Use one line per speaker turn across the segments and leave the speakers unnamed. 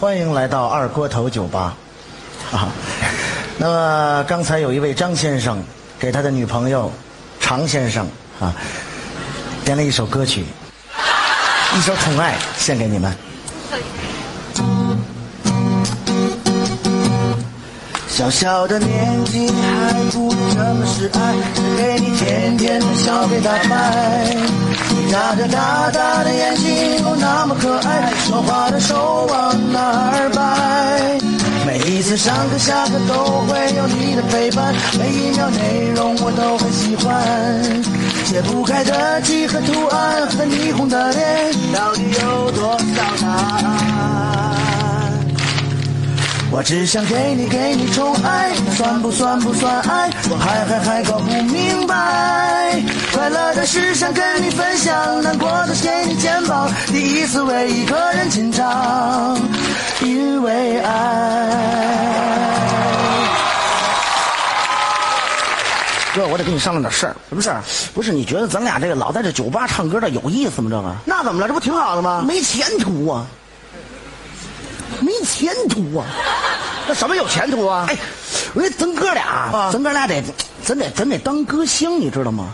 欢迎来到二锅头酒吧，啊，那么刚才有一位张先生给他的女朋友常先生啊，点了一首歌曲，一首《宠爱》献给你们。小小的年纪还不懂什么是爱，只给你甜甜的小杯大麦。你眨着大大的眼睛，哦那么可爱，说话的手往哪儿摆？每一次上课下课都会有你的陪伴，每一秒内容我都很喜欢。解不开的几何图案和霓虹的脸，到底有多少答案？我只想给你给你宠爱，算不算不算爱？我还还还搞不明白。快乐的事想跟你分享，难过的给你肩膀，第一次为一个人紧张，因为爱。哥，我得跟你商量点事儿。什么事儿？不是，你觉得咱俩这个老在这酒吧唱歌的有意思吗？这个？那怎么了？这不挺好的吗？没前途啊！没前途啊！那什么有前途啊？哎，我说咱哥俩，啊、咱哥俩得，咱得咱得当歌星，你知道吗？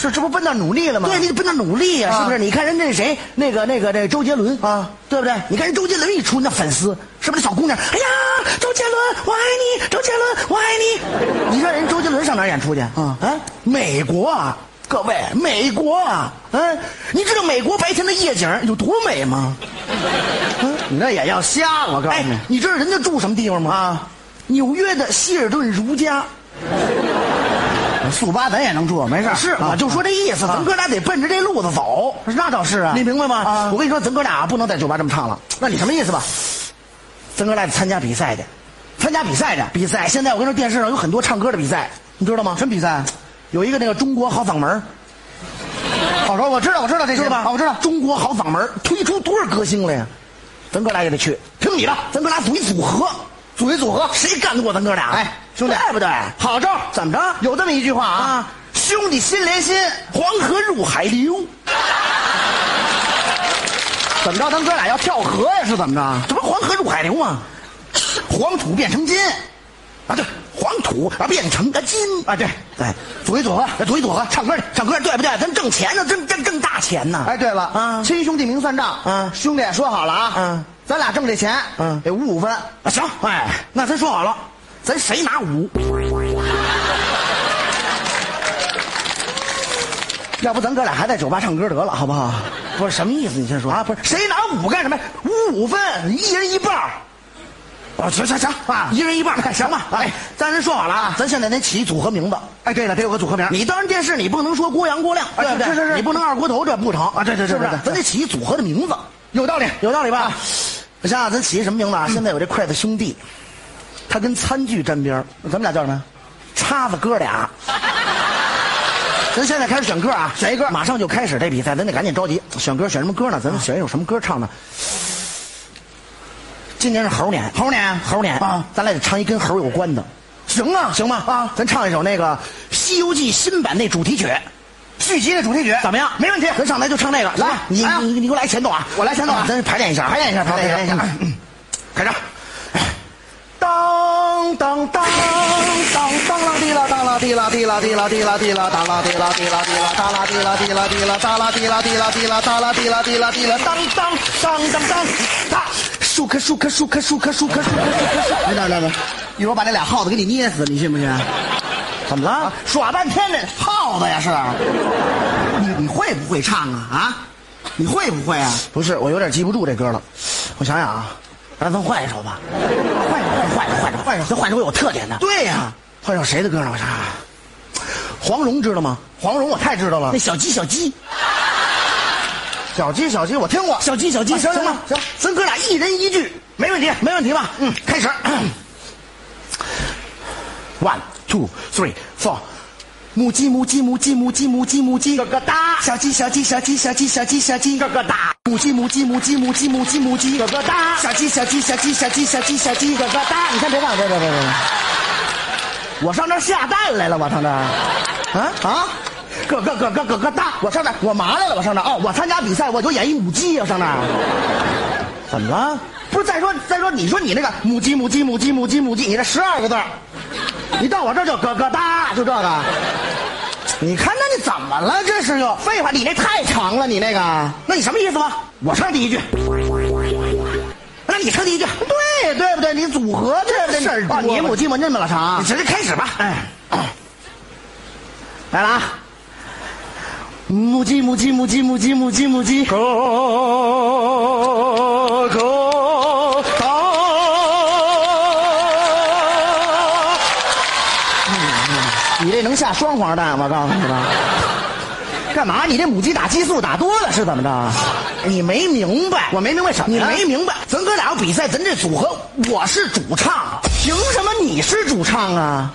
是，这不奔那努力了吗？对，你得奔那努力呀、是不是？你看人那谁，那个那个这周杰伦啊，对不对？你看人周杰伦一出，那粉丝是不是小姑娘？哎呀，周杰伦，我爱你，周杰伦，我爱你。你让人周杰伦上哪儿演出去？啊啊，美国啊！各位，美国啊，嗯、你知道美国白天的夜景有多美吗？你那也要瞎，我告诉哎你、你知道人家住什么地方吗？啊，纽约的希尔顿如家。速八咱也能住，没事。是，我就说这意思，咱哥俩得奔着这路子走。那倒是啊，你明白吗？我跟你说，咱哥俩不能在酒吧这么唱了。那你什么意思吧？咱哥俩得参加比赛去，参加比赛去，比赛。现在我跟你说，电视上有很多唱歌的比赛，你知道吗？什么比赛？啊有一个那个中国好嗓门儿好说，我知道，我知道这些啊吧？我知道。中国好嗓门儿推出多少歌星了呀？咱哥俩也得去，听你的，咱哥俩组一组合，组一组合，谁干得过咱哥俩？哎，兄弟，对不对？好招，怎么着？有这么一句话啊，兄弟心连心，黄河入海流。怎么着？咱哥俩要跳河呀？是怎么着？这不黄河入海流吗？黄土变成金，啊对，黄土啊变成了金啊对，哎，组一组合，组一组合，唱歌去，唱歌去，对不对？咱挣钱呢，挣挣挣大钱呢。
哎，对了，
啊
亲兄弟明算账，
嗯
兄弟说好了啊，
嗯，
咱俩挣这钱，
嗯
得五五分，
啊行，哎，那咱说好了，咱谁拿五？ 要不咱哥俩还在酒吧唱歌得了，好不好？不是什么意思？你先说啊！不是谁拿五干什么呀？五五分，一人一半儿。啊，行行行啊，一人一半儿，行吧？哎，咱人说好了啊，咱现在得起组合名字。
哎，对了，得有个组合名，
你当然电视你不能说郭阳郭亮，对不对？
啊是是是
你不能二锅头，这不成
啊对对对
是不是
对对？对
咱得起一组合的名字，
有道理，
有道理吧？我想想，咱起一什么名字啊？现在有这筷子兄弟，他跟餐具沾边儿咱们俩叫什么呀？叉子哥俩。咱现在开始选歌啊，选一歌，啊马上就开始这比赛，咱得赶紧着急选歌，选什么歌呢？咱们选一首什么歌唱呢？今年是猴年，猴年，猴年
啊
咱俩得唱一跟猴有关的，
行啊，
行吗？
啊，
咱唱一首那个《西游记》新版那主题曲，
续集的主题曲
怎么样？
没问题，
咱上台就唱那个，
来
你
来啊
你你给我来前奏啊！
我来前奏啊
咱排练一下，排练一下，排练一下，嗯开始。
当当当当当啦滴啦当啦滴啦滴啦滴啦滴啦滴啦当啦滴啦滴啦滴啦当啦滴啦滴啦滴啦当啦滴啦滴啦滴啦当啦滴啦滴啦滴啦当当当当当当，树棵树棵树棵树棵树棵树棵树棵，来来来，一会儿把那俩耗子给你捏死，你信不信？
怎么了？
耍半天的耗子呀是？你你会不会唱啊啊？你会不会啊？
不是，我有点记不住这歌了。我想想啊，那咱换一首吧。换一首，换一首，换一首，换一首，咱换一首有特点的。
对呀、
换首谁的歌呢？我想想啊，黄蓉知道吗？黄蓉我太知道了
那。小鸡小鸡
小鸡，小鸡，我听过。
小鸡小鸡，
啊行
行
行
吗？
行，咱哥俩一人一句，没问题，没问题吧？嗯，开始。One, two, three, four。母鸡，母鸡，母鸡，母鸡，母鸡，母鸡，咯咯哒。小鸡，小鸡，小鸡，小鸡，小鸡，小鸡，咯咯哒。母鸡，母鸡，母鸡，母鸡，母鸡，母鸡，咯咯哒。小鸡，小鸡，小鸡，小鸡，小鸡，小鸡，咯咯哒。你看，别忘，别别别别别。我上那儿下蛋来了，我上那儿，啊啊，咯咯咯咯咯咯哒！我上那儿，我麻来了，我上那儿哦，我参加比赛，我就演一母鸡呀、上那儿。怎么了？不是，再说再说，你说你那个母鸡母鸡母鸡母鸡母鸡，你这十二个字儿，你到我这儿就咯咯哒，就这个。你看，那你怎么了？这是又废话，你那太长了，你那个，那你什么意思吗？我唱第一句，那你唱第一句，对对不对？你组合对不对？
事儿多
哦你母鸡母那么老长，
你
直接开始吧。哎，来了啊！母鸡母鸡母鸡母鸡母鸡母鸡，
咯咯哒。
嗯你这能下双黄蛋？我告诉你吧，干嘛？你这母鸡打激素打多了是怎么着？你没明白？我没明白什么？你没明白？咱哥俩要比赛，咱这组合我是主唱，凭什么你是主唱啊？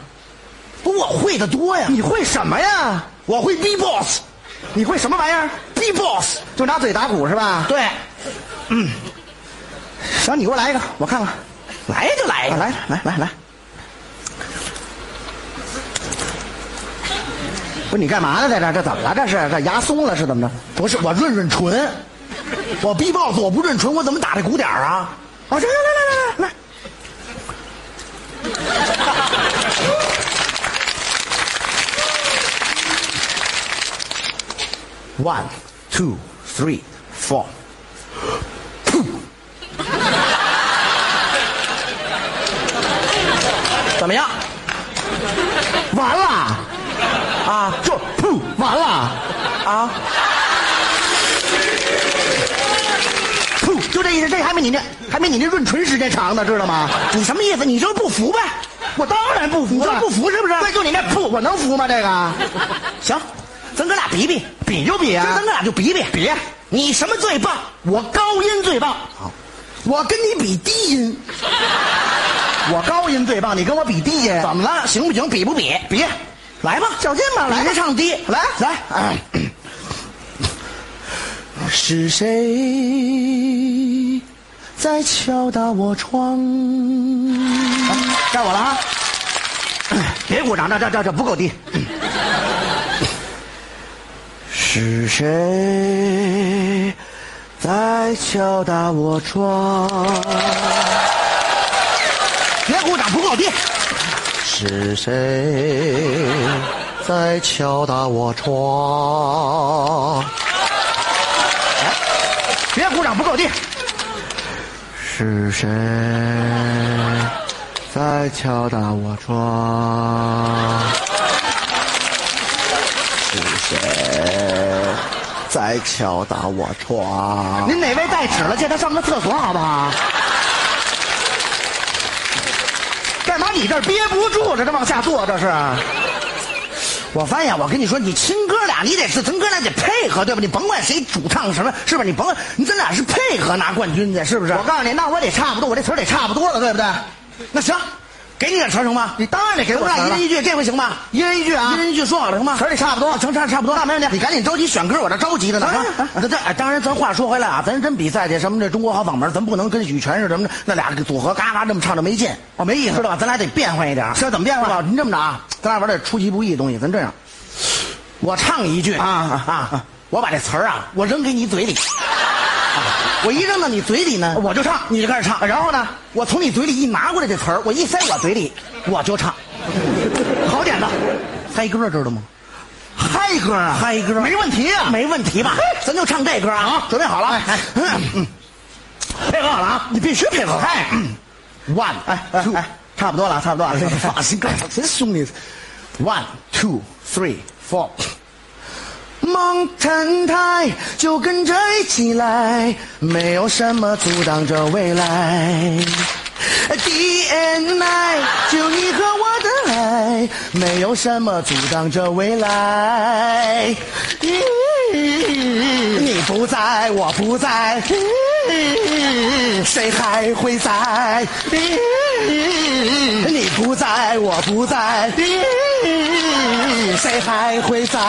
我会的多呀。你会什么呀？我会 B boss。你会什么玩意儿？B boss 就拿嘴打鼓是吧？对。嗯。行，你给我来一个，我看看。来呀就来呀、来来来来。不是你干嘛呢？在这儿这怎么了？这是这牙松了是怎么着？不是我润润唇，我逼豹子我不润唇，我怎么打这鼓点儿啊？啊，这来来来来来。One, two, three, four。怎么 样？完了。啊，这噗完了啊，噗就这意思，这还没你那还没你那润唇时间长呢，知道吗？你什么意思？你就是不服呗？我当然不服你就是不服是不是？对，就你那噗，我能服吗？这个，行，咱哥俩比比，比就比啊，咱哥俩就比比比，你什么最棒？我高音最棒，我跟你比低音。我高音最棒，你跟我比低音，怎么了？行不行？比不比？比，来吧，较劲吧，来，别唱低，来来。是谁在敲打我窗？该我了啊！别鼓掌，这这这这不够 低。是谁在敲打我窗？别鼓掌，不够低。
是谁在敲打我窗？
别鼓掌，不够低。
是谁在敲打我窗？是谁在敲打我窗？
您哪位带纸了？借他上个厕所好不好？干嘛？你这儿憋不住了，这往下坐这是？我发现，我跟你说，你亲哥俩，你得是咱哥俩得配合，对吧？你甭管谁主唱什么，是吧？你甭，你咱俩是配合拿冠军去，是不是？我告诉你，那我得差不多，我这词儿得差不多了，对不对？那行，给你点词儿行吗？你当然得给我
词儿
俩一
了
人一句，这回行吗？
一人一句啊
一！人一句说好了行吗？词儿也差不多，成差差不多，那没问题。你赶紧着急选歌，我这着急着呢。啊这这哎当然，咱话说回来啊，咱真比赛去什么这中国好嗓门，咱不能跟羽泉似的，什么那俩组合嘎嘎这么唱着没劲，哦没意思，知道吧？咱俩得变换一点。这怎么变换？您这么着啊，咱俩玩点出其不意的东西，咱这样，我唱一句啊啊，我把这词儿啊，我扔给你嘴里。我一扔到你嘴里呢，我就唱，你就开始唱。然后呢，我从你嘴里一拿过来这词儿，我一塞我嘴里，我就唱。 好点子，嗨歌知道吗？嗨歌啊，嗨歌，没问题啊，没问题吧？咱就唱这歌啊，准备好了，哎，嗯配合好了啊，你必须配合。嗨，one，哎哎哎，差不多了，差不多了，放心，哥，真兄弟。One, two, three, four。梦谈台就跟着一起来，没有什么阻挡着未来。D N I，就你和我的爱，没有什么阻挡着未来。你不在，我不在，谁还会在？你不在，我不在，谁还会在？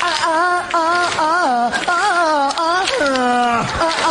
啊啊啊啊啊啊啊啊啊！